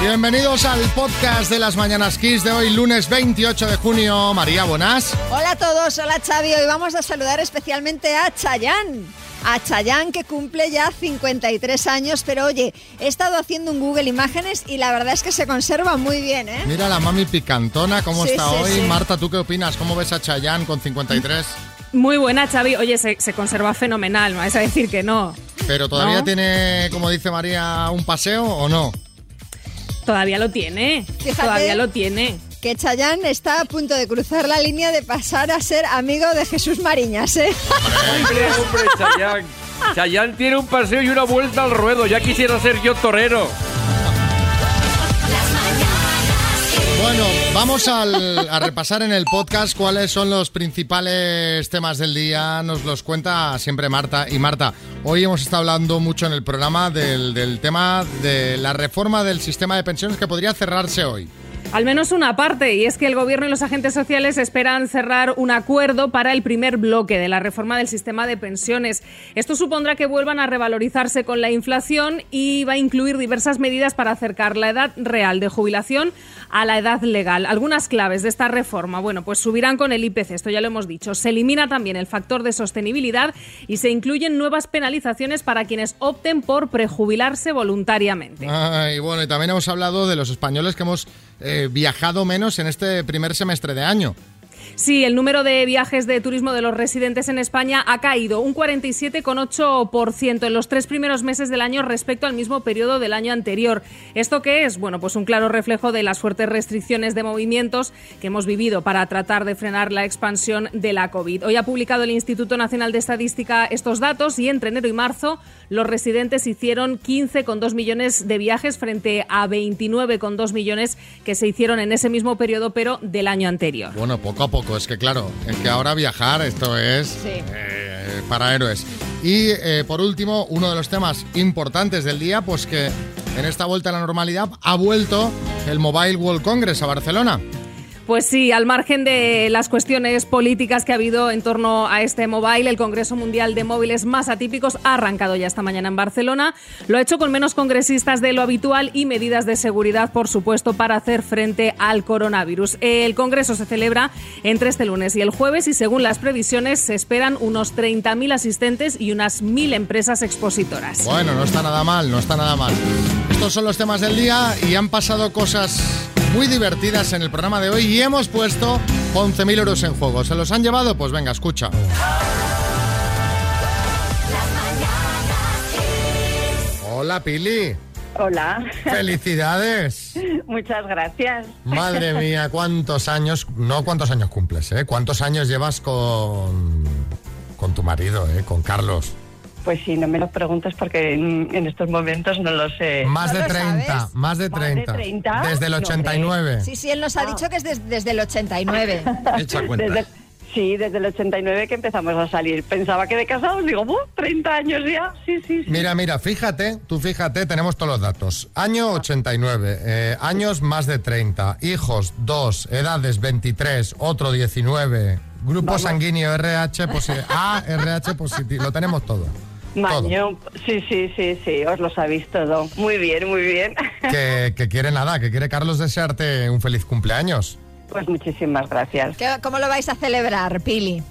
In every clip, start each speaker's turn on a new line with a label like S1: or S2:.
S1: bienvenidos al podcast de las Mañanas Kiss de hoy, lunes 28 de junio. María, buenas.
S2: Hola a todos, hola Xavi. Hoy vamos a saludar especialmente a Chayanne. A Chayanne que cumple ya 53 años, pero oye, he estado haciendo un Google Imágenes y la verdad es que se conserva muy bien, ¿eh?
S1: Mira la mami picantona, cómo
S2: Sí,
S1: está
S2: sí,
S1: hoy.
S2: sí.
S1: Marta, ¿tú qué opinas? ¿Cómo ves a Chayanne con 53?
S3: Muy buena, Xavi. Oye, se, se conserva fenomenal, me vais a decir que no.
S1: ¿Pero todavía
S3: No.
S1: tiene, como dice María, un paseo o no?
S3: Todavía lo tiene.
S2: Fíjate.
S3: Todavía lo tiene.
S2: Que Chayanne está a punto de cruzar la línea de pasar a ser amigo de Jesús Mariñas, ¿eh?
S4: Hombre, hombre, Chayanne. Chayanne tiene un paseo y una vuelta al ruedo. Ya quisiera ser yo torero.
S1: Bueno, vamos al- a repasar en el podcast cuáles son los principales temas del día. Nos los cuenta siempre Marta. Y Marta, hoy hemos estado hablando mucho en el programa del, del tema de la reforma del sistema de pensiones que podría cerrarse hoy.
S3: Al menos una parte, y es que el Gobierno y los agentes sociales esperan cerrar un acuerdo para el primer bloque de la reforma del sistema de pensiones. Esto supondrá que vuelvan a revalorizarse con la inflación y va a incluir diversas medidas para acercar la edad real de jubilación a la edad legal. Algunas claves de esta reforma, bueno, pues subirán con el IPC, esto ya lo hemos dicho. Se elimina también el factor de sostenibilidad y se incluyen nuevas penalizaciones para quienes opten por prejubilarse voluntariamente.
S1: Ah, y bueno, y también hemos hablado de los españoles que hemos eh, viajado menos en este primer semestre de año.
S3: Sí, el número de viajes de turismo de los residentes en España ha caído un 47,8% en los tres primeros meses del año respecto al mismo periodo del año anterior. ¿Esto qué es? Bueno, pues un claro reflejo de las fuertes restricciones de movimientos que hemos vivido para tratar de frenar la expansión de la COVID. Hoy ha publicado el Instituto Nacional de Estadística estos datos y entre enero y marzo los residentes hicieron 15,2 millones de viajes frente a 29,2 millones que se hicieron en ese mismo periodo pero del año anterior.
S1: Bueno, poco a poco, es que claro, es que ahora viajar, esto es eh, para héroes. Y eh, por último, uno de los temas importantes del día, pues que en esta vuelta a la normalidad ha vuelto el Mobile World Congress a Barcelona.
S3: Pues sí, al margen de las cuestiones políticas que ha habido en torno a este mobile, el Congreso Mundial de Móviles más atípicos ha arrancado ya esta mañana en Barcelona. Lo ha hecho con menos congresistas de lo habitual y medidas de seguridad, por supuesto, para hacer frente al coronavirus. El Congreso se celebra entre este lunes y el jueves y según las previsiones se esperan unos 30.000 asistentes y unas 1.000 empresas expositoras.
S1: Bueno, no está nada mal, no está nada mal. Estos son los temas del día y han pasado cosas muy divertidas en el programa de hoy y hemos puesto 11.000 euros en juego. ¿Se los han llevado? Pues venga, escucha. Hola Pili,
S5: Hola,
S1: felicidades.
S5: muchas gracias.
S1: Madre mía, cuántos años, no cuántos años cumples, ¿eh? ¿Cuántos años llevas con, con tu marido, ¿eh? con Carlos?
S5: Pues sí, no me lo preguntes porque en, en estos momentos no lo sé.
S1: Más
S2: ¿No
S1: de
S2: lo
S1: 30,
S2: sabes?
S1: más de 30.
S5: 30?
S1: Desde el
S5: No, Ah. hombre.
S1: 89.
S2: Sí, sí, él nos ha dicho que es des- desde el 89.
S6: Echa cuenta.
S5: Desde, sí, desde el 89 que empezamos a salir. Pensaba que de casados, digo, ¡buh! 30 años ya. Sí, sí, sí.
S1: Mira, mira, fíjate, tú fíjate, tenemos todos los datos. Año 89, eh, años más de 30, hijos 2, edades 23, otro 19, grupo sanguíneo RH positivo, A, RH positivo, lo tenemos todo. todo.
S5: Maño, sí, sí, sí, sí, os lo sabéis todo. Muy bien, muy bien.
S1: Que, que quiere nada, que quiere Carlos desearte un feliz cumpleaños.
S5: Pues muchísimas gracias.
S2: ¿Qué- ¿Cómo lo vais a celebrar, Pili?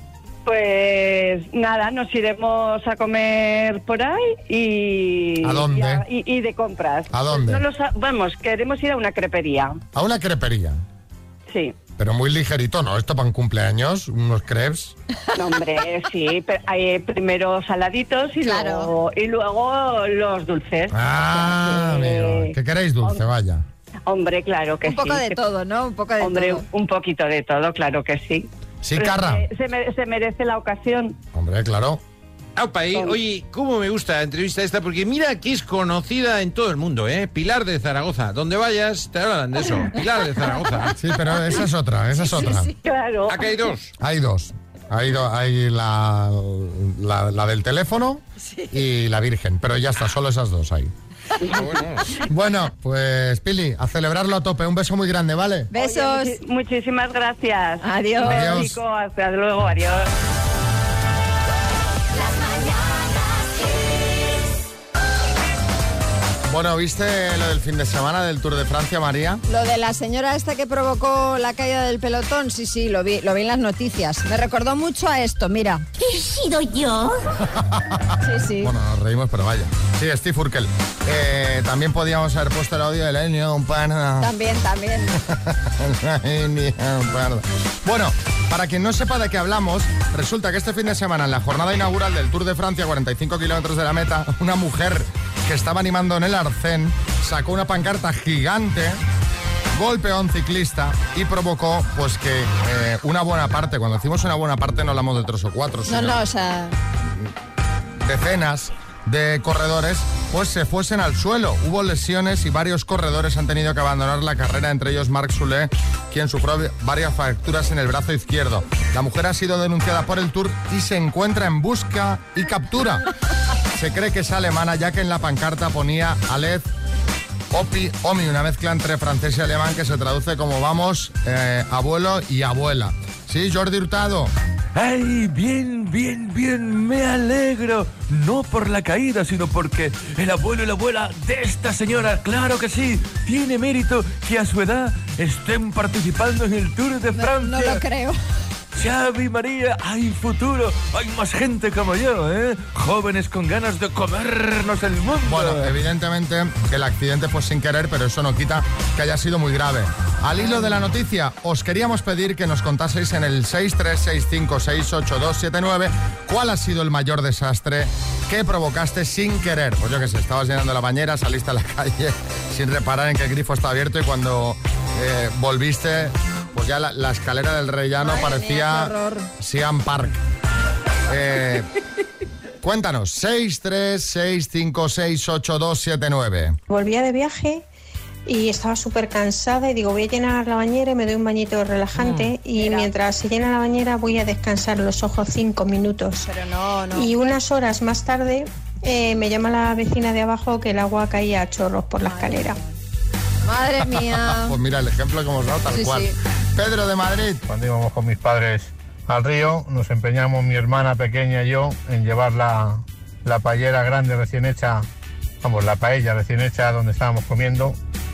S5: Pues nada, nos iremos a comer por ahí y...
S1: ¿A dónde?
S5: Y, y- y de compras.
S1: ¿A dónde?
S5: No lo sa- vamos, queremos ir a una crepería.
S1: A una crepería,
S5: Sí.
S1: pero muy ligerito, ¿no? Esto para un cumpleaños, unos crepes.
S5: No, hombre, sí, pero hay eh, primero saladitos y,
S2: Claro.
S5: luego, y luego los dulces.
S1: Ah,
S5: Sí.
S1: amigo, que queréis dulce, vaya.
S5: Hombre, claro que
S2: Un poco
S5: sí.
S2: de todo, ¿no? Un poco de
S5: Hombre,
S2: todo.
S5: un poquito de todo, claro que sí. Pues, eh,
S1: Sí,
S5: Pero
S1: Carra.
S5: Se, se mere- se merece la ocasión.
S1: Hombre, claro.
S6: Aupa, eh. Oye, cómo me gusta la entrevista esta, porque mira que es conocida en todo el mundo, ¿eh? Pilar de Zaragoza. Donde vayas, te hablan de eso. Pilar de Zaragoza.
S1: Sí, pero esa es otra, esa es otra.
S5: Claro.
S6: Acá hay dos.
S1: Ah, Hay dos. Hay, do- hay la, la, la del teléfono y la Virgen, pero ya está, solo esas dos hay. Bueno, pues Pili, a celebrarlo a tope. Un beso muy grande, ¿vale?
S2: Besos.
S5: Oye, muchi- muchísimas gracias.
S2: Adiós.
S1: Adiós.
S5: Chicos, hasta luego, adiós.
S1: Bueno, ¿viste lo del fin de semana del Tour de Francia, María?
S2: Lo de la señora esta que provocó la caída del pelotón, sí, sí, lo vi, lo vi en las noticias. Me recordó mucho a esto, mira.
S7: ¿He sido yo?
S2: Sí, sí.
S1: Bueno, nos reímos, pero vaya. Sí, Steve Urkel. Eh, también podíamos haber puesto el audio del Ennio Pardo.
S2: También, también.
S1: Ennio Pardo. Bueno, para quien no sepa de qué hablamos, resulta que este fin de semana, en la jornada inaugural del Tour de Francia, 45 kilómetros de la meta, una mujer que estaba animando en el arcén sacó una pancarta gigante golpeó a un ciclista y provocó pues que eh, una buena parte, cuando decimos una buena parte no hablamos de tres o cuatro,
S2: No,
S1: sino
S2: no, o sea,
S1: decenas de corredores pues se fuesen al suelo. Hubo lesiones y varios corredores han tenido que abandonar la carrera, entre ellos Marc Soulé, quien sufrió varias fracturas en el brazo izquierdo. La mujer ha sido denunciada por el Tour y se encuentra en busca y captura. Se cree que es alemana ya que en la pancarta ponía Alez Opi Omi, una mezcla entre francés y alemán que se traduce como vamos, eh, abuelo y abuela. Sí, Jordi Hurtado.
S8: ¡Ay, bien, bien, bien! Me alegro. No por la caída, sino porque el abuelo y la abuela de esta señora, claro que sí, tiene mérito que a su edad estén participando en el Tour de
S2: no,
S8: Francia.
S2: no lo creo.
S8: Xavi, María, hay futuro, hay más gente como yo, ¿eh? Jóvenes con ganas de comernos el mundo.
S1: Bueno, evidentemente que el accidente fue sin querer, pero eso no quita que haya sido muy grave. Al hilo de la noticia, os queríamos pedir que nos contaseis en el 636568279 cuál ha sido el mayor desastre que provocaste sin querer. Pues yo qué sé, estabas llenando la bañera, saliste a la calle sin reparar en que el grifo está abierto y cuando eh, volviste, pues ya la, la escalera del rellano
S2: Madre mía, qué
S1: parecía
S2: horror.
S1: Siam Park. Eh, Cuéntanos, 636568279.
S9: Volvía de viaje y estaba súper cansada y digo, voy a llenar la bañera y me doy un bañito relajante
S2: Mm,
S9: y mientras se llena la bañera voy a descansar los ojos cinco minutos.
S2: Pero no, no.
S9: Y unas horas más tarde eh, me llama la vecina de abajo que el agua caía a chorros por la escalera.
S2: Madre mía.
S1: Pues mira, el ejemplo que hemos dado tal
S2: Sí,
S1: cual.
S2: sí.
S1: Pedro de Madrid.
S10: Cuando íbamos con mis padres al río, nos empeñamos mi hermana pequeña y yo en llevar la, la paellera grande recién hecha, vamos, la paella recién hecha donde estábamos comiendo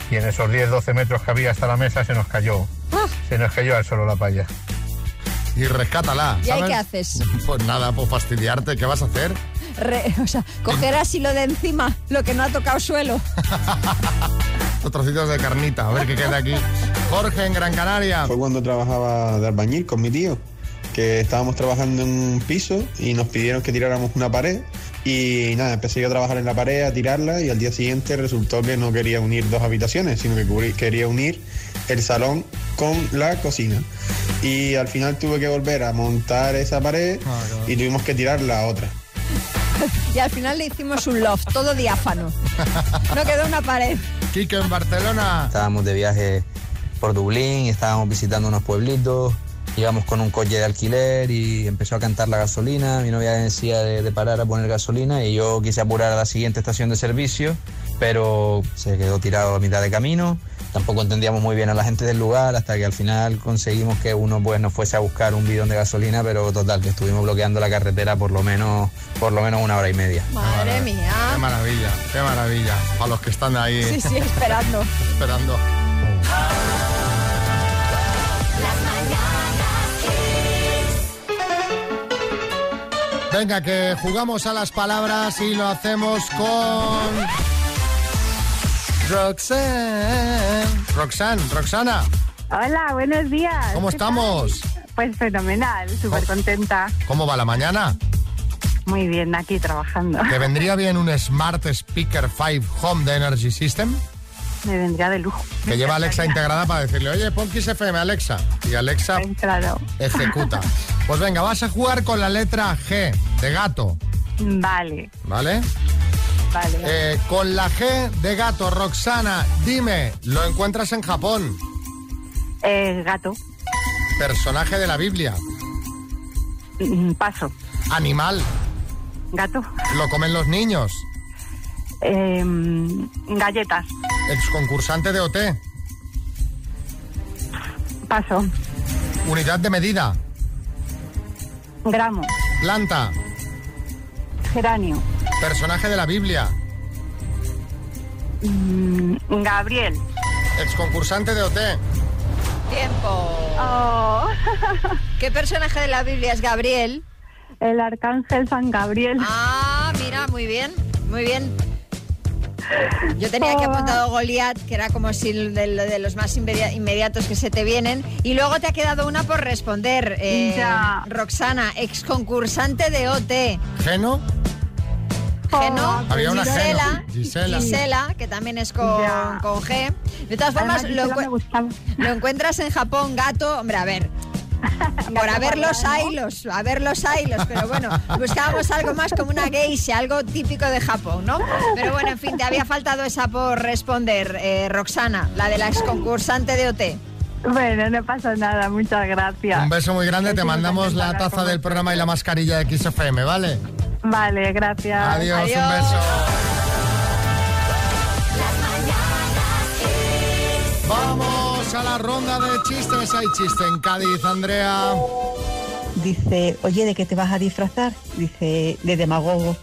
S10: y en esos 10-12 metros que había hasta la mesa se nos cayó.
S2: Ah.
S10: Se nos cayó al suelo la paella.
S1: Y rescátala.
S2: ¿Y ahí
S1: ¿sabes?
S2: qué haces?
S1: Pues nada, pues fastidiarte. ¿Qué vas a hacer?
S2: Re- o sea, coger así lo de encima, lo que no ha tocado suelo.
S1: Los trocitos de carnita, a ver qué queda aquí. Jorge en Gran Canaria.
S11: Fue cuando trabajaba de albañil con mi tío, que estábamos trabajando en un piso y nos pidieron que tiráramos una pared. Y nada, empecé yo a trabajar en la pared, a tirarla y al día siguiente resultó que no quería unir dos habitaciones, sino que cubrí- quería unir el salón con la cocina. Y al final tuve que volver a montar esa pared
S1: Ah,
S11: y tuvimos que tirar la otra.
S2: Y al final le hicimos un loft, todo diáfano. No quedó una pared.
S1: Kike en Barcelona.
S12: Estábamos de viaje por Dublín, estábamos visitando unos pueblitos, íbamos con un coche de alquiler y empezó a cantar la gasolina. Mi novia decía de, de parar a poner gasolina y yo quise apurar a la siguiente estación de servicio, pero se quedó tirado a mitad de camino. Tampoco entendíamos muy bien a la gente del lugar hasta que al final conseguimos que uno pues nos fuese a buscar un bidón de gasolina, pero total que estuvimos bloqueando la carretera por lo menos por lo menos una hora y media.
S2: Madre
S1: Qué
S2: mía.
S1: maravilla, qué maravilla. A los que están ahí
S2: Sí, sí, esperando.
S1: esperando. Venga, que jugamos a las palabras y lo hacemos con... Roxanne. Roxanne, Roxana,
S5: Hola, buenos días.
S1: ¿cómo
S5: ¿Qué tal?
S1: estamos?
S5: Pues fenomenal, súper contenta.
S1: ¿Cómo va la mañana?
S5: Muy bien, aquí trabajando.
S1: ¿Te vendría bien un Smart Speaker 5 Home de Energy System?
S5: Me vendría de lujo.
S1: Que lleva Alexa integrada para decirle, oye, pon Kiss FM, Alexa. Y Alexa
S5: Claro.
S1: ejecuta. Pues venga, vas a jugar con la letra G de gato,
S5: Vale,
S1: ¿vale?
S5: vale.
S1: Eh, con la G de gato, Roxana, dime, lo encuentras en Japón.
S5: Eh, gato,
S1: Personaje de la Biblia.
S5: Mm, paso.
S1: Animal,
S5: Gato,
S1: lo comen los niños.
S5: eh, galletas,
S1: Exconcursante de OT.
S5: paso.
S1: Unidad de medida.
S5: Gramo,
S1: Planta.
S5: geranio,
S1: Personaje de la Biblia.
S5: Mm, Gabriel.
S1: Ex concursante de OT.
S2: Tiempo.
S7: Oh.
S5: Oh.
S2: ¿Qué personaje de la Biblia es Gabriel?
S5: El arcángel San Gabriel.
S2: Ah, mira, muy bien, muy bien. Yo tenía aquí apuntado Goliat, que era como si de, de los más inmedia- inmediatos que se te vienen. Y luego te ha quedado una por responder. eh,
S5: Ya.
S2: Roxana, ex concursante de OT.
S1: ¿Geno?
S2: Oh, Geno,
S1: Había una
S2: Gisela,
S1: Geno. Gisela.
S2: Gisela, que también es con,
S5: Ya.
S2: con G. De todas
S5: Además,
S2: formas, lo,
S5: Gisela
S2: encu- lo encuentras en Japón, gato. Hombre, a ver. Por haber los hilos, a ver los hilos, pero bueno, buscábamos algo más como una geisha, algo típico de Japón, ¿no? Pero bueno, en fin, te había faltado esa por responder, eh, Roxana, la de la ex concursante de OT.
S5: Bueno, no pasa nada, muchas gracias.
S1: Un beso muy grande, te mandamos la taza del programa y la mascarilla de XFM, ¿vale?
S5: Vale, gracias.
S1: Adiós, un beso. Vamos a la ronda de chistes. Hay chiste en Cádiz, Andrea.
S7: Dice, oye, ¿de qué te vas a disfrazar? Dice, de demagogo.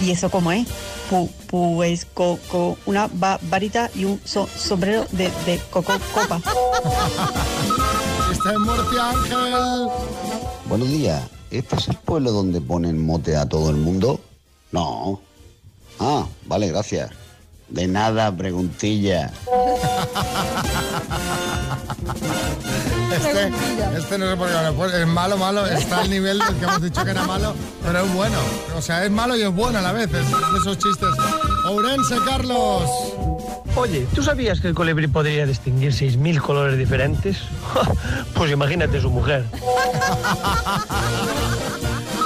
S7: ¿Y eso cómo es? Pu- Pues con una va- varita y un so- sombrero de, de coco copa.
S1: Chiste en Murcia, Ángel.
S13: Buenos días. ¿Este es el pueblo donde ponen mote a todo el mundo? No. Ah, vale, gracias. De nada, preguntilla.
S1: Este, este no sé por qué lo he puesto. Es malo, malo. Está al nivel del que hemos dicho que era malo, pero es bueno. O sea, es malo y es bueno a la vez. Es de esos chistes. Ourense, Carlos.
S14: Oye, ¿tú sabías que el colibrí podría distinguir 6.000 colores diferentes? pues imagínate su mujer.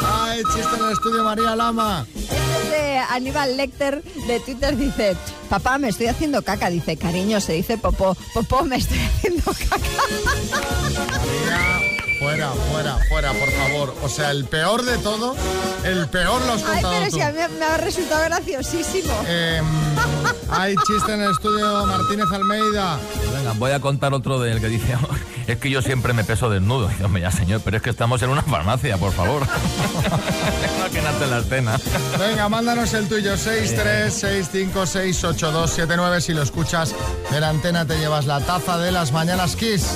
S1: Ay, chiste en el estudio, María Lama.
S2: Este es de Aníbal Lecter de Twitter dice, papá, me estoy haciendo caca. Dice, cariño, se dice popó. Popó, me estoy haciendo caca.
S1: Fuera, fuera, fuera, por favor. O sea, el peor de todo, el peor lo has
S2: Ay,
S1: contado
S2: pero
S1: tú.
S2: si a mí me ha resultado graciosísimo.
S1: Em, hay chiste en el estudio, Martínez Almeida.
S8: Venga, voy a contar otro del que dice, es que yo siempre me peso desnudo. Y, Hombre, ya señor, pero es que estamos en una farmacia, por favor. Imagínate la ¿eh? escena.
S1: Venga, mándanos el tuyo, 636568279. Si lo escuchas en la antena, te llevas la taza de las mañanas Kiss.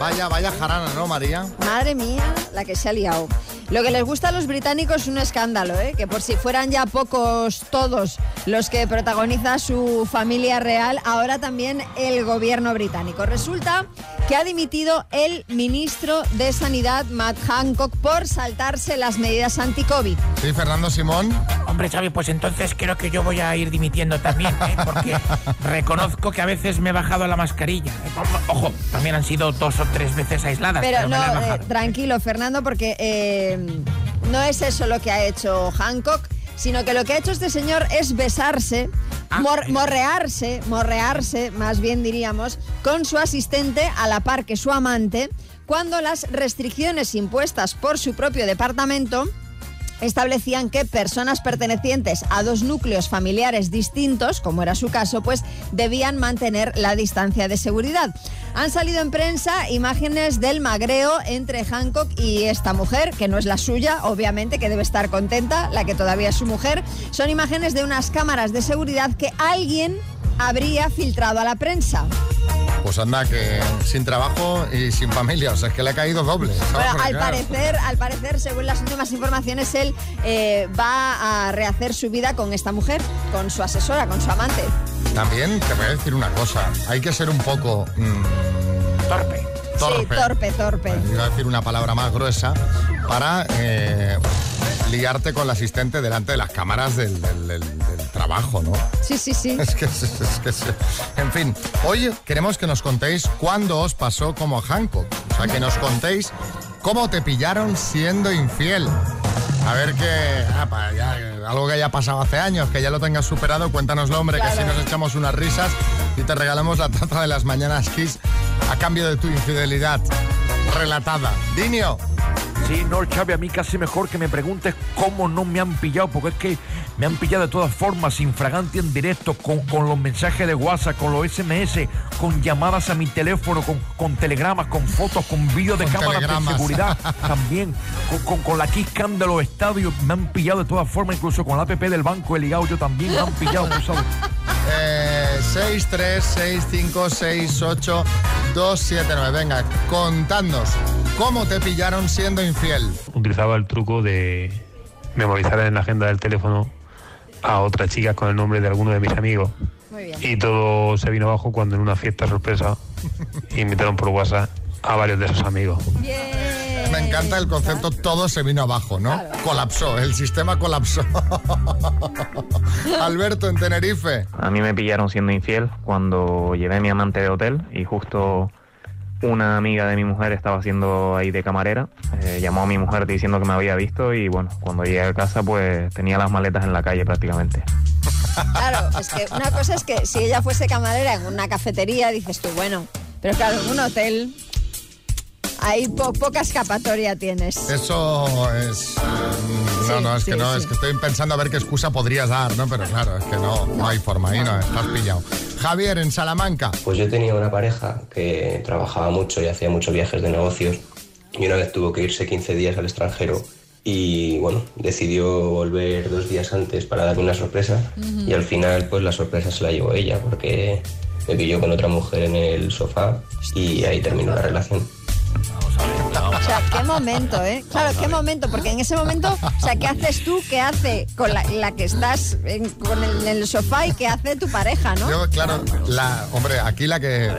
S1: Vaya, vaya jarana, ¿no, María?
S2: Madre mía, la que se ha liado. Lo que les gusta a los británicos es un escándalo, ¿eh? que por si fueran ya pocos todos los que protagoniza su familia real, ahora también el gobierno británico. Resulta que ha dimitido el ministro de Sanidad, Matt Hancock, por saltarse las medidas anti-COVID.
S1: Sí, Fernando Simón.
S15: Hombre, Xavi, pues entonces creo que yo voy a ir dimitiendo también, ¿eh? porque reconozco que a veces me he bajado la mascarilla. ¿eh? Ojo, también han sido dos o tres veces aisladas. Pero,
S2: Pero
S15: me la he
S2: no,
S15: bajado.
S2: eh, tranquilo, Fernando, porque eh, no es eso lo que ha hecho Hancock, sino que lo que ha hecho este señor es besarse,
S15: Ah,
S2: mor- morrearse, morrearse, más bien diríamos, con su asistente a la par que su amante, cuando las restricciones impuestas por su propio departamento establecían que personas pertenecientes a dos núcleos familiares distintos, como era su caso, pues debían mantener la distancia de seguridad. Han salido en prensa imágenes del magreo entre Hancock y esta mujer, que no es la suya, obviamente, que debe estar contenta, la que todavía es su mujer. Son imágenes de unas cámaras de seguridad que alguien habría filtrado a la prensa.
S1: Pues anda, que sin trabajo y sin familia. O sea, es que le ha caído doble. ¿sabes?
S2: Bueno,
S1: Porque,
S2: al
S1: claro,
S2: parecer, al parecer, según las últimas informaciones, él eh, va a rehacer su vida con esta mujer, con su asesora, con su amante.
S1: También te voy a decir una cosa. Hay que ser un poco... torpe. Torpe.
S2: Sí, torpe, torpe.
S1: Iba a decir una palabra más gruesa para eh, liarte con la asistente delante de las cámaras del, del- del- del trabajo, ¿no?
S2: Sí, sí, sí.
S1: Es que, es, es que sí. En fin, hoy queremos que nos contéis cuándo os pasó como a Hancock. O sea, que nos contéis cómo te pillaron siendo infiel. A ver que ah, pa, ya, eh, algo que haya pasado hace años, que ya lo tengas superado, cuéntanoslo, hombre, que así nos echamos unas risas y te regalamos la taza de las mañanas Kiss a cambio de tu infidelidad relatada. Dinio.
S8: Sí, no, Xavi, a mí casi mejor que me preguntes cómo no me han pillado, porque es que me han pillado de todas formas, infragante en directo, con, con los mensajes de WhatsApp, con los SMS, con llamadas a mi teléfono, con, con telegramas, con fotos, con vídeos de
S1: Con
S8: cámaras
S1: telegramas.
S8: de seguridad, también con, con, con la Kiss Cam de los estadios, me han pillado de todas formas, incluso con la app del banco he ligado yo también, me han pillado, tú sabes.
S1: Eh, 636568279. Venga, contadnos, ¿cómo te pillaron siendo infiel?
S16: utilizaba el truco de memorizar en la agenda del teléfono a otras chicas con el nombre de alguno de mis amigos. Y todo se vino abajo cuando en una fiesta sorpresa invitaron por WhatsApp a varios de esos amigos.
S1: Me encanta el concepto todo se vino abajo, ¿no? Colapsó, el sistema colapsó. Alberto en Tenerife.
S17: A mí me pillaron siendo infiel cuando llevé a mi amante de hotel y justo una amiga de mi mujer estaba haciendo ahí de camarera. Eh, llamó a mi mujer diciendo que me había visto y bueno, cuando llegué a casa pues tenía las maletas en la calle prácticamente.
S2: Claro, es que una cosa es que si ella fuese camarera en una cafetería, dices tú, bueno, pero claro, en un hotel, ahí po- poca escapatoria tienes.
S1: Eso es. eh, No,
S2: Sí,
S1: no, es que
S2: sí,
S1: no,
S2: sí.
S1: es que estoy pensando a ver qué excusa podrías dar, ¿no? Pero claro, es que no, no hay forma, ahí no, estás pillado. Javier en Salamanca.
S18: Pues yo tenía una pareja que trabajaba mucho y hacía muchos viajes de negocios y una vez tuvo que irse 15 días al extranjero y bueno, decidió volver dos días antes para darme una sorpresa y al final pues la sorpresa se la llevó ella porque me pilló con otra mujer en el sofá y ahí terminó la relación.
S2: O sea, qué momento, ¿eh? Claro, qué momento, porque en ese momento, o sea, ¿qué haces tú? ¿Qué hace con la, la que estás en, con el, en el sofá y qué hace tu pareja, no?
S1: Yo, claro, la, hombre, aquí la que.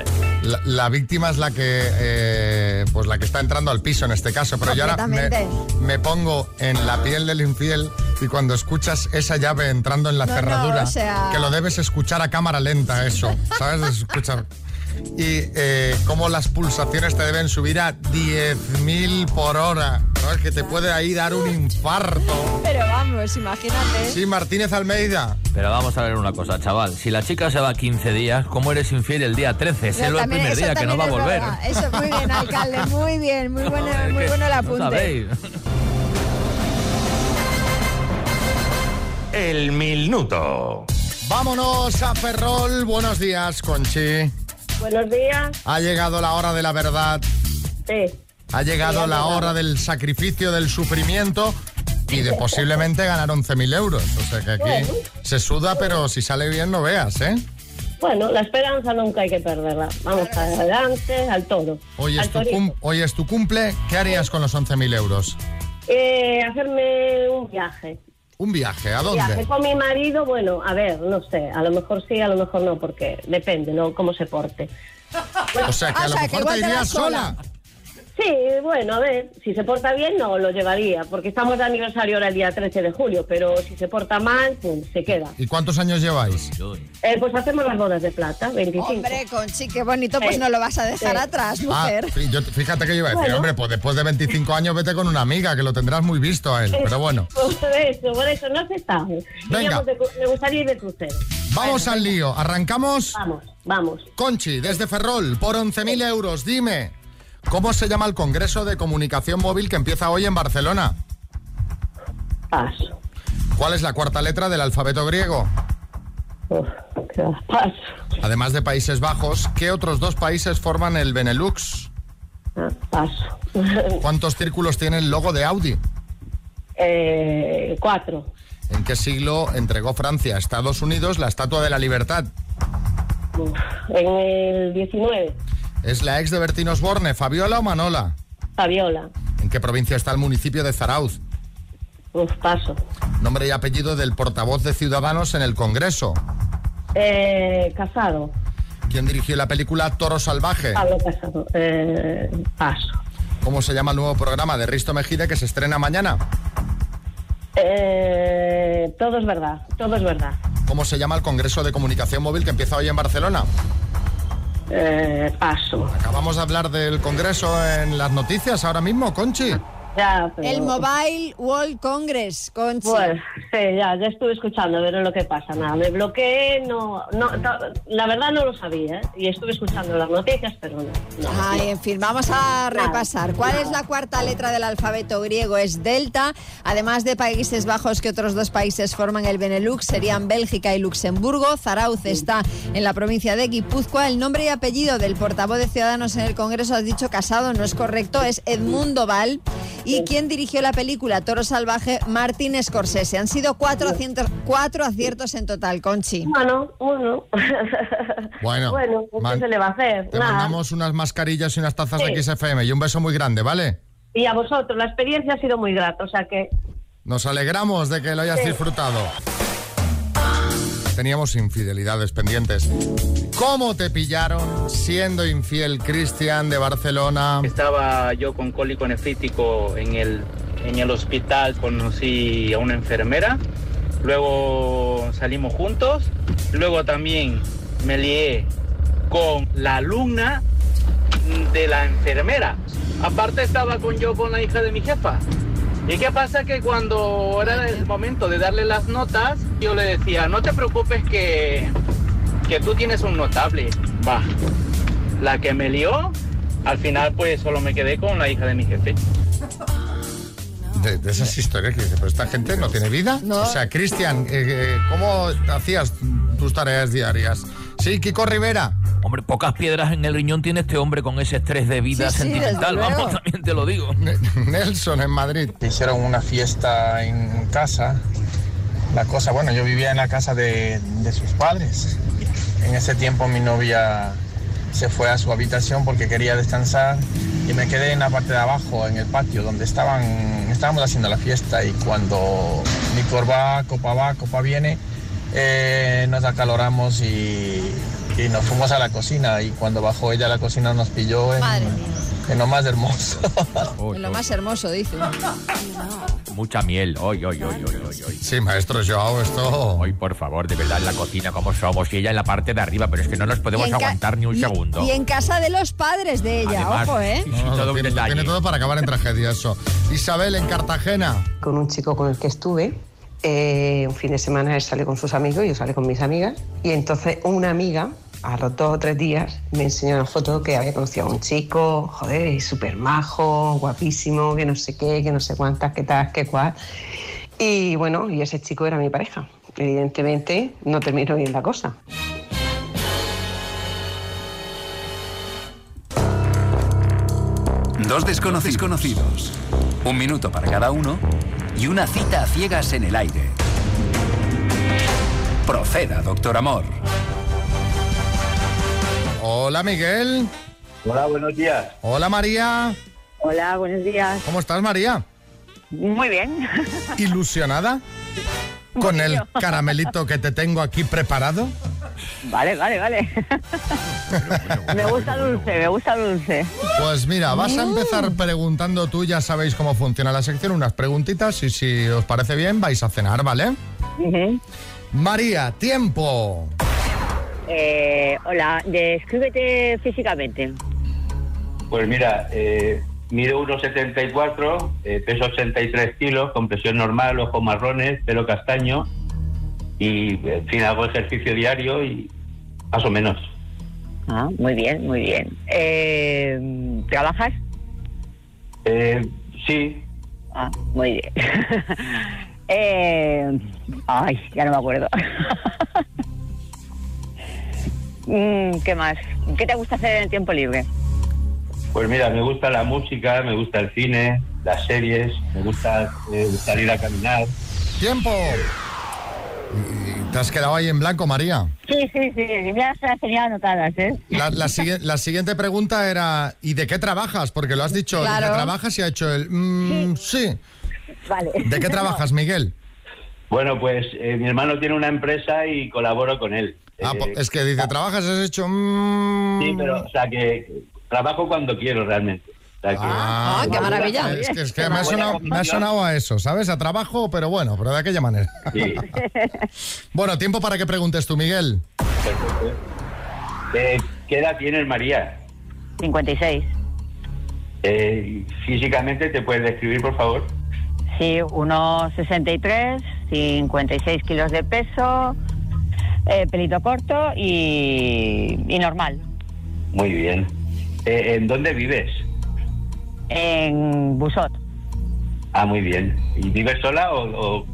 S1: La, la víctima es la que. eh, pues la que está entrando al piso en este caso. Pero yo ahora me,
S2: Completamente.
S1: me pongo en la piel del infiel y cuando escuchas esa llave entrando en la
S2: No, no,
S1: cerradura,
S2: o sea-
S1: que lo debes escuchar a cámara lenta, eso. ¿Sabes? Es Escuchar. Y eh, cómo las pulsaciones te deben subir a 10.000 por hora. ¿no? Es Que te puede ahí dar un infarto.
S2: Pero vamos, imagínate.
S1: Sí, Martínez Almeida.
S19: Pero vamos a ver una cosa, chaval. Si la chica se va 15 días, ¿cómo eres infiel el día 13?
S2: Pero
S19: Sélo el
S2: también-
S19: primer
S2: eso
S19: día, que no
S2: también
S19: va a
S2: es
S19: volver.
S2: verdad. Eso, muy bien, alcalde, muy bien, muy bueno, muy bueno el
S19: No
S2: apunte.
S19: sabéis.
S1: El minuto. Vámonos a Ferrol. Buenos días, Conchi.
S20: Buenos días.
S1: Ha llegado la hora de la verdad.
S20: Sí.
S1: Ha llegado la hora del sacrificio, del sufrimiento y de posiblemente ganar 11.000 euros. O sea que aquí
S20: Bueno.
S1: se suda, pero si sale bien no veas, ¿eh?
S20: Bueno, la esperanza nunca hay que perderla. Vamos adelante, al todo.
S1: Hoy es,
S20: Al
S1: tu
S20: torito.
S1: cum- hoy es tu cumple. ¿Qué harías con los 11.000 euros?
S20: Eh, hacerme un viaje.
S1: ¿Un viaje? ¿A
S20: Viaje
S1: dónde?
S20: con mi marido, bueno, a ver, no sé, a lo mejor sí, a lo mejor no, porque depende, ¿no? Cómo se porte.
S1: O sea que
S20: Ah,
S1: a
S20: o
S1: lo
S20: sea, que
S1: mejor
S20: igual
S1: te
S20: te vas
S1: irías sola.
S20: sola. Sí, bueno, a ver, si se porta bien no lo llevaría, porque estamos de aniversario ahora el día 13 de julio, pero si se porta mal, pues se queda.
S1: ¿Y cuántos años lleváis?
S20: Eh, pues hacemos las bodas de plata, 25.
S2: Hombre, Conchi, qué bonito, pues no lo vas a dejar
S20: Sí.
S2: atrás,
S1: Ah,
S2: mujer.
S1: fí- yo- fíjate que yo iba a decir,
S20: Bueno.
S1: hombre, pues después de 25 años vete con una amiga, que lo tendrás muy visto a él. Pero bueno,
S20: Por eso, por eso, no se sabe.
S1: Venga.
S20: Iríamos de cu- Me gustaría ir de crucero.
S1: vamos al lío. ¿Arrancamos?
S20: Vamos, vamos.
S1: Conchi, desde Ferrol, por 11.000 euros, dime, ¿cómo se llama el Congreso de Comunicación Móvil que empieza hoy en Barcelona?
S20: Paso.
S1: ¿Cuál es la cuarta letra del alfabeto griego? Además de Países Bajos, ¿qué otros dos países forman el Benelux?
S20: Ah, Paso.
S1: ¿Cuántos círculos tiene el logo de Audi?
S20: Eh, cuatro.
S1: ¿En qué siglo entregó Francia a Estados Unidos la Estatua de la Libertad?
S20: En el 19,
S1: ¿Es la ex de Bertín Osborne, Fabiola o Manola?
S20: Fabiola.
S1: ¿En qué provincia está el municipio de Zarauz?
S20: Uf, paso.
S1: Nombre y apellido del portavoz de Ciudadanos en el Congreso.
S20: Eh, casado.
S1: ¿Quién dirigió la película Toro Salvaje?
S20: Pablo Casado. Eh, paso.
S1: ¿Cómo se llama el nuevo programa de Risto Mejide que se estrena mañana?
S20: Eh, todo es verdad, todo es verdad.
S1: ¿Cómo se llama el Congreso de Comunicación Móvil que empieza hoy en Barcelona?
S20: Eh, paso. Eh,
S1: Acabamos de hablar del Congreso en las noticias ahora mismo, Conchi.
S20: Ya, pero-
S2: El Mobile World Congress, Conchi.
S20: Bueno, sí, ya, ya estuve escuchando a ver lo que pasa. Nada, me bloqueé, no, no, ta- la verdad no lo sabía ¿eh? y estuve escuchando las noticias, pero no. no,
S2: Ay,
S20: no.
S2: en fin, vamos a repasar. ¿Cuál es la cuarta letra del alfabeto griego? Es delta. Además de Países Bajos, que otros dos países forman el Benelux, serían Bélgica y Luxemburgo. Zarauz está en la provincia de Guipúzcoa. El nombre y apellido del portavoz de Ciudadanos en el Congreso, has dicho casado, no es correcto, es Edmundo Val. ¿Y quién dirigió la película Toro Salvaje? Martín Scorsese. Han sido cuatro, aciertos- cuatro aciertos en total, Conchi.
S20: Bueno, bueno.
S1: Bueno,
S20: Bueno, ¿qué
S1: man-
S20: se le va a hacer?
S1: te
S20: Eh, Nada.
S1: mandamos unas mascarillas y unas tazas
S20: Sí.
S1: de XFM y un beso muy grande, ¿vale?
S20: Y a vosotros, la experiencia ha sido muy grata, o sea que
S1: Nos alegramos de que lo hayas
S20: Sí.
S1: disfrutado. Teníamos infidelidades pendientes. ¿Cómo te pillaron siendo infiel, Cristian, de Barcelona?
S21: Estaba yo con cólico nefrítico en el, en el hospital, conocí a una enfermera, luego salimos juntos, luego también me lié con la alumna de la enfermera. Aparte estaba con yo con la hija de mi jefa. ¿Y qué pasa? Que cuando era el momento de darle las notas, yo le decía, no te preocupes que, que tú tienes un notable. Va. La que me lió, al final pues solo me quedé con la hija de mi jefe.
S1: De, de esas historias que dices, pero esta gente no tiene vida. O sea, Cristian, eh, eh, ¿cómo hacías tus tareas diarias? Sí, Kiko Rivera.
S19: Hombre, pocas piedras en el riñón tiene este hombre con ese estrés de vida
S1: Sí, sí, desde
S19: sentimental.
S1: luego.
S19: Vamos, también te lo digo.
S1: Nelson en Madrid.
S22: Hicieron una fiesta en casa. La cosa, bueno, yo vivía en la casa de, de sus padres. En ese tiempo mi novia se fue a su habitación porque quería descansar y me quedé en la parte de abajo, en el patio, donde estaban, estábamos haciendo la fiesta y cuando mi corba, copa va, copa viene, eh, nos acaloramos y, y nos fuimos a la cocina y cuando bajó ella a la cocina nos pilló en,
S2: Madre
S22: en lo más hermoso.
S2: Es lo más hermoso, dice.
S19: Mucha miel. Hoy, hoy, hoy, hoy, hoy,
S1: Sí, maestro Joao, esto.
S19: Hoy, por favor, de verdad, en la cocina, como somos? Y ella en la parte de arriba, pero es que no nos podemos
S2: Y en ca-
S19: aguantar ni un
S2: y-
S19: segundo.
S2: Y en casa de los padres de ella,
S19: Además,
S2: ojo, ¿eh?
S1: No, lo tiene, lo tiene todo para acabar en tragedia eso. Isabel en Cartagena.
S23: con un chico con el que estuve. eh, un fin de semana él sale con sus amigos, yo salí con mis amigas. Y entonces una amiga, a los dos o tres días, me enseñó una foto que había conocido a un chico, joder, y súper majo, guapísimo, que no sé qué, que no sé cuántas, qué tal, qué cual. Y bueno, y ese chico era mi pareja. Evidentemente no terminó bien la cosa.
S24: Dos desconocidos conocidos. Un minuto para cada uno y una cita a ciegas en el aire. Proceda, doctor Amor.
S1: Hola, Miguel.
S25: Hola, buenos días.
S1: Hola, María.
S25: Hola, buenos días.
S1: ¿Cómo estás, María?
S25: Muy bien.
S1: ¿Ilusionada? ¿Con el caramelito que te tengo aquí preparado?
S25: Vale, vale, vale. me gusta dulce, me gusta dulce.
S1: Pues mira, vas a
S25: Mm.
S1: empezar preguntando tú, ya sabéis cómo funciona la sección, unas preguntitas y si os parece bien vais a cenar, ¿vale? María, tiempo.
S25: Eh, hola, descríbete físicamente.
S24: Pues mira, eh, mido 1,74, eh, peso 83 kilos, compresión normal, ojos marrones, pelo castaño y, en fin, hago ejercicio diario y más o menos.
S25: Ah, muy bien, muy bien. Eh, ¿Trabajas? sí. Ah, muy bien. Eh, ay, ya no me acuerdo. Mm, ¿Qué más? ¿Qué te gusta hacer en el tiempo libre?
S24: Pues mira, me gusta la música, me gusta el cine, las series, me gusta eh, salir a caminar.
S1: Tiempo. Te has quedado ahí en blanco, María.
S25: Sí, sí, sí, ya se las tenía anotadas, ¿eh?
S1: La, la sigui- la siguiente pregunta era, ¿y de qué trabajas? Porque lo has dicho, ¿de
S25: Claro.
S1: qué trabajas? Y ha hecho el... mm, sí.
S25: Vale.
S1: ¿De qué trabajas, Miguel?
S24: Bueno, pues eh, mi hermano tiene una empresa y colaboro con él.
S1: Ah,
S24: Eh,
S1: po- es que dice, ¿trabajas? Has hecho... mm.
S24: Sí, pero, o sea, que trabajo cuando quiero realmente. O sea, que-
S1: Ah,
S24: qué
S2: maravilla.
S1: Es que, es que
S24: Qué
S1: me,
S24: buena
S1: ha sonado, me ha
S24: combinación.
S1: sonado a eso, ¿sabes? A trabajo, pero bueno, pero de aquella manera.
S24: Sí.
S1: bueno, tiempo para que preguntes tú, Miguel.
S24: Perfecto. Eh, ¿Qué edad tienes, María?
S25: 56.
S24: Eh, físicamente, ¿te puedes describir, por favor?
S5: Sí, unos 63, 56 kilos de peso, eh, pelito corto y, y normal.
S24: Muy bien. Eh, ¿En dónde vives?
S5: En Busot.
S24: Ah, muy bien. ¿Y vives sola o, o-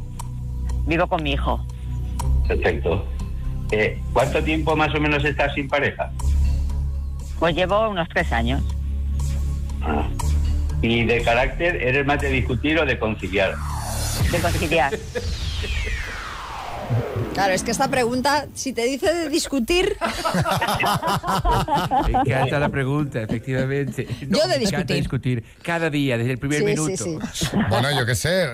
S5: Vivo con mi hijo.
S24: Perfecto. Eh, ¿Cuánto tiempo más o menos estás sin pareja?
S5: Pues llevo unos tres años.
S24: Ah. ¿Y de carácter eres más de discutir o de conciliar?
S5: De conciliar.
S2: Claro, es que esta pregunta, si te dice de discutir,
S19: Me encanta la pregunta, efectivamente.
S2: Yo de
S19: me encanta
S2: discutir.
S19: discutir. Cada día, desde el primer
S2: Sí, sí,
S19: minuto.
S2: sí.
S1: Bueno, yo qué sé.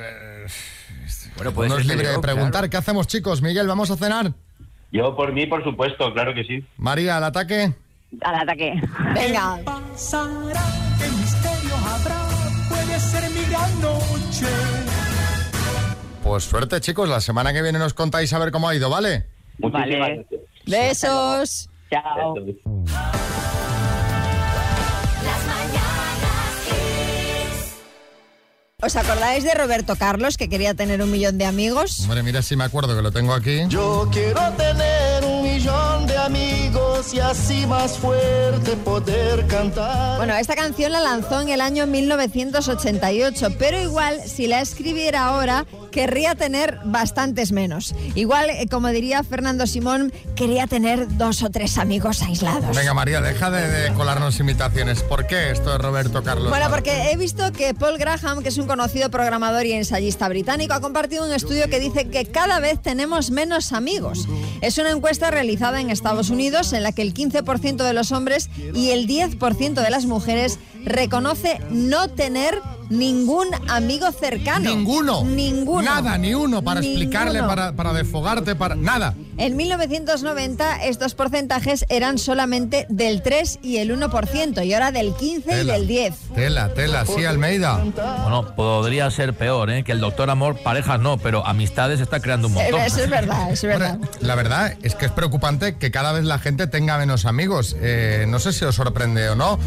S19: Bueno,
S1: Eh, Uno es libre de preguntar. ¿Qué hacemos, chicos? Miguel, ¿vamos a cenar?
S24: Yo por mí, por supuesto, claro que sí.
S1: María, al ataque.
S5: Al ataque.
S2: Venga.
S21: ¿Qué pasará? ¿Qué misterio habrá? Puede ser mi gran noche.
S1: Pues suerte, chicos. La semana que viene nos contáis a ver cómo ha ido, ¿vale?
S5: Vale.
S2: Besos.
S5: Chao.
S2: ¿Os acordáis de Roberto Carlos, que quería tener un millón de amigos?
S1: Hombre, mira si me acuerdo que lo tengo aquí.
S21: Yo quiero tener un millón de amigos y así más fuerte poder cantar.
S2: Bueno, esta canción la lanzó en el año 1988, pero igual si la escribiera ahora querría tener bastantes menos. Igual, eh, como diría Fernando Simón, quería tener dos o tres amigos aislados.
S1: Venga, María, deja de, de colarnos imitaciones. ¿Por qué esto es Roberto Carlos?
S2: Bueno, porque he visto que Paul Graham, que es un conocido programador y ensayista británico, ha compartido un estudio que dice que cada vez tenemos menos amigos. Es una encuesta realizada en Estados Unidos en la que el 15% de los hombres y el 10% de las mujeres reconoce no tener ningún amigo cercano.
S1: Ninguno.
S2: Ninguno.
S1: Nada, ni uno, para
S2: Ninguno.
S1: explicarle, para, para desfogarte, para... Nada.
S2: En 1990 estos porcentajes eran solamente del 3 y el 1% y ahora del 15
S26: Tela.
S2: y del 10.
S1: Tela, tela, sí, Almeida.
S26: Bueno, podría ser peor, ¿eh? Que el doctor amor, parejas no, pero amistades está creando un montón.
S2: Eh, Eso es verdad, eso es verdad.
S1: La verdad es que es preocupante que cada vez la gente tenga menos amigos. Eh, no sé si os sorprende o no.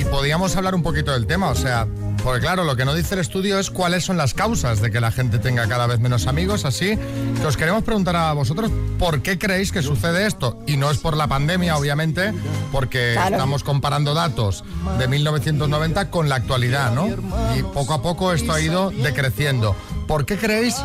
S1: Y podíamos hablar un poquito del tema, o sea, porque claro, lo que no dice el estudio es cuáles son las causas de que la gente tenga cada vez menos amigos. Así que os queremos preguntar a vosotros por qué creéis que sucede esto. Y no es por la pandemia, obviamente, porque
S2: Claro.
S1: estamos comparando datos de 1990 con la actualidad, ¿no? Y poco a poco esto ha ido decreciendo. ¿Por qué creéis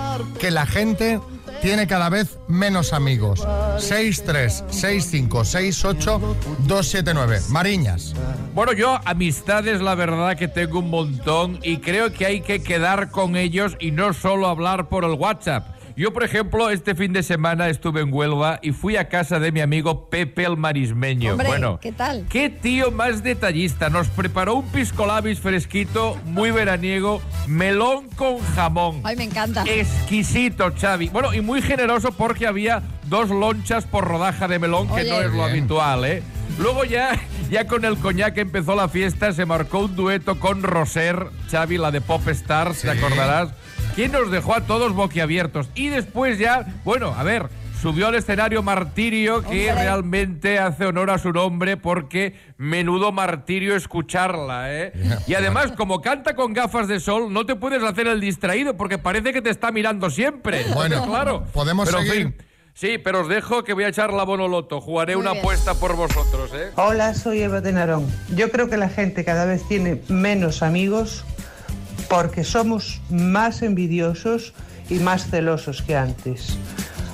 S1: que la gente tiene cada vez menos amigos? 63 65 68 279. Mariñas.
S19: Bueno, yo amistades la verdad que tengo un montón y creo que hay que quedar con ellos y no solo hablar por el WhatsApp. Yo, por ejemplo, este fin de semana estuve en Huelva y fui a casa de mi amigo Pepe el Marismeño.
S2: Hombre,
S19: bueno,
S2: ¿qué tal?
S19: Qué tío más detallista. Nos preparó un pisco labis fresquito, muy veraniego, melón con jamón.
S2: Ay, me encanta.
S19: Exquisito, Xavi. Bueno, y muy generoso porque había dos lonchas por rodaja de melón, que
S2: Ole.
S19: no es lo
S2: Bien.
S19: habitual, ¿eh? Luego ya, ya con el coñac que empezó la fiesta, se marcó un dueto con Roser, Xavi, la de Pop Stars, te acordarás, quien nos dejó a todos boquiabiertos. Y después ya, bueno, a ver, subió al escenario Martirio, que
S6: Hombre.
S19: realmente hace honor a su nombre porque menudo martirio escucharla, ¿eh? Y además, como canta con gafas de sol, no te puedes hacer el distraído porque parece que te está mirando siempre.
S1: Bueno,
S19: claro.
S1: podemos
S19: Pero, en
S1: seguir.
S19: fin, Sí, pero os dejo que voy a echar la bonoloto. Jugaré una apuesta por vosotros, ¿eh?
S6: Hola, soy Eva de Narón. Yo creo que la gente cada vez tiene menos amigos porque somos más envidiosos y más celosos que antes.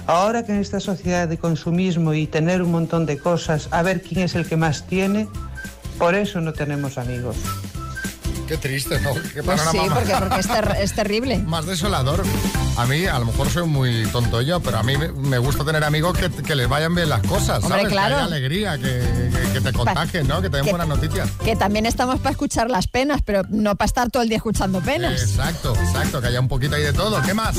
S6: Ahora que en esta sociedad de consumismo y tener un montón de cosas, a ver quién es el que más tiene, por eso no tenemos amigos.
S1: Qué triste, ¿no? Qué
S2: Pues sí,
S1: panorama.
S2: porque, porque es, ter- es terrible.
S1: Más desolador. A mí, a lo mejor soy muy tonto yo, pero a mí me- me gusta tener amigos que, que les vayan bien las cosas,
S2: Hombre,
S1: ¿sabes?
S2: claro.
S1: Que haya alegría, que, que- que te contagien, ¿no? Que te den
S2: que-
S1: buenas noticias.
S2: Que también estamos para escuchar las penas, pero no para estar todo el día escuchando penas.
S1: Exacto, exacto, que haya un poquito ahí de todo. ¿Qué más?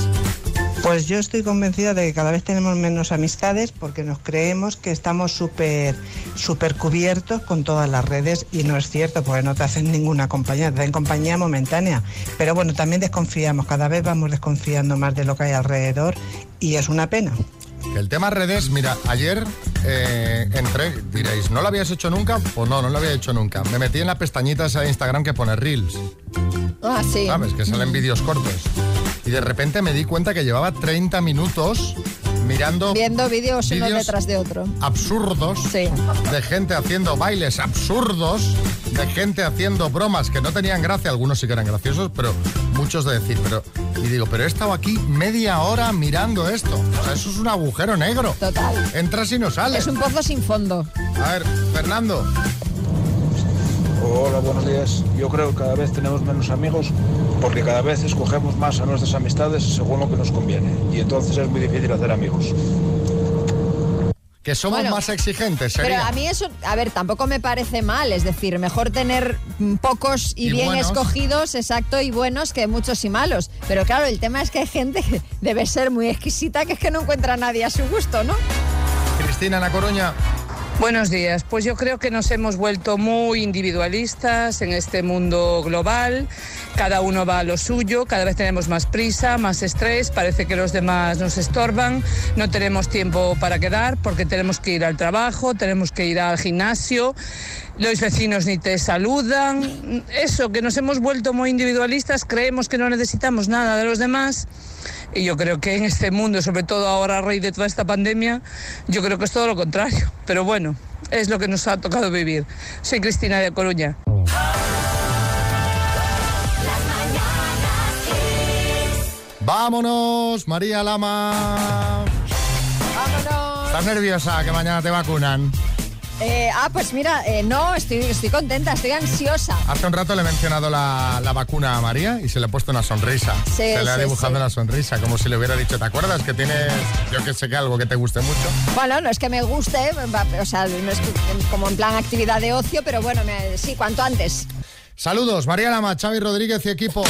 S6: Pues yo estoy convencida de que cada vez tenemos menos amistades porque nos creemos que estamos súper súper cubiertos con todas las redes y no es cierto, porque no te hacen ninguna compañía, te hacen compañía momentánea. Pero bueno, también desconfiamos, cada vez vamos desconfiando más de lo que hay alrededor y es una pena.
S1: Que el tema redes, mira, ayer eh, entré, diréis, ¿no lo habías hecho nunca? Pues no, no lo había hecho nunca. Me metí en las pestañitas de Instagram que pone Reels,
S2: Ah, sí.
S1: ¿sabes? Que salen vídeos cortos. Y de repente me di cuenta que llevaba 30 minutos mirando
S2: Viendo vídeos uno
S1: Vídeos-
S2: detrás de otro.
S1: absurdos de gente haciendo bailes absurdos, de gente haciendo bromas que no tenían gracia, algunos sí que eran graciosos, pero muchos de decir, pero y digo, pero he estado aquí media hora mirando esto. O sea, eso es un agujero negro. Total. Entras y no sales.
S2: Es un pozo sin fondo.
S1: A ver, Fernando.
S5: Hola, buenos días. Yo creo que cada vez tenemos menos amigos porque cada vez escogemos más a nuestras amistades según lo que nos conviene. Y entonces es muy difícil hacer amigos.
S1: Que somos más exigentes,
S2: Pero
S1: sería.
S2: a mí eso, a ver, tampoco me parece mal, es decir, mejor tener mm, pocos y,
S1: Y
S2: bien
S1: buenos.
S2: escogidos, exacto, y buenos que muchos y malos. Pero claro, el tema es que hay gente que debe ser muy exquisita, que es que no encuentra a nadie a su gusto, ¿no?
S1: Cristina, Ana Coruña.
S9: Buenos días. Pues yo creo que nos hemos vuelto muy individualistas en este mundo global. Cada uno va a lo suyo, cada vez tenemos más prisa, más estrés, parece que los demás nos estorban, no tenemos tiempo para quedar porque tenemos que ir al trabajo, tenemos que ir al gimnasio, los vecinos ni te saludan. Eso, que nos hemos vuelto muy individualistas, creemos que no necesitamos nada de los demás. Y yo creo que en este mundo, sobre todo ahora a raíz de toda esta pandemia, yo creo que es todo lo contrario. Pero bueno, es lo que nos ha tocado vivir. Soy Cristina de Coruña.
S1: Vámonos, María Lama. ¿Estás nerviosa que mañana te vacunan?
S2: Eh, ah, pues mira, eh, no, estoy, estoy contenta, estoy ansiosa.
S1: Hace un rato le he mencionado la, la vacuna a María y se le ha puesto una sonrisa.
S2: Sí,
S1: se le ha
S2: sí,
S1: dibujado
S2: sí.
S1: una sonrisa, como si le hubiera dicho, ¿te acuerdas que tienes, yo que sé que algo que te guste mucho?
S2: Bueno, no es que me guste, va- o sea, no es que- como en plan actividad de ocio, pero bueno, me- sí, cuanto antes.
S1: Saludos, María Lama, Xavi Rodríguez y equipo.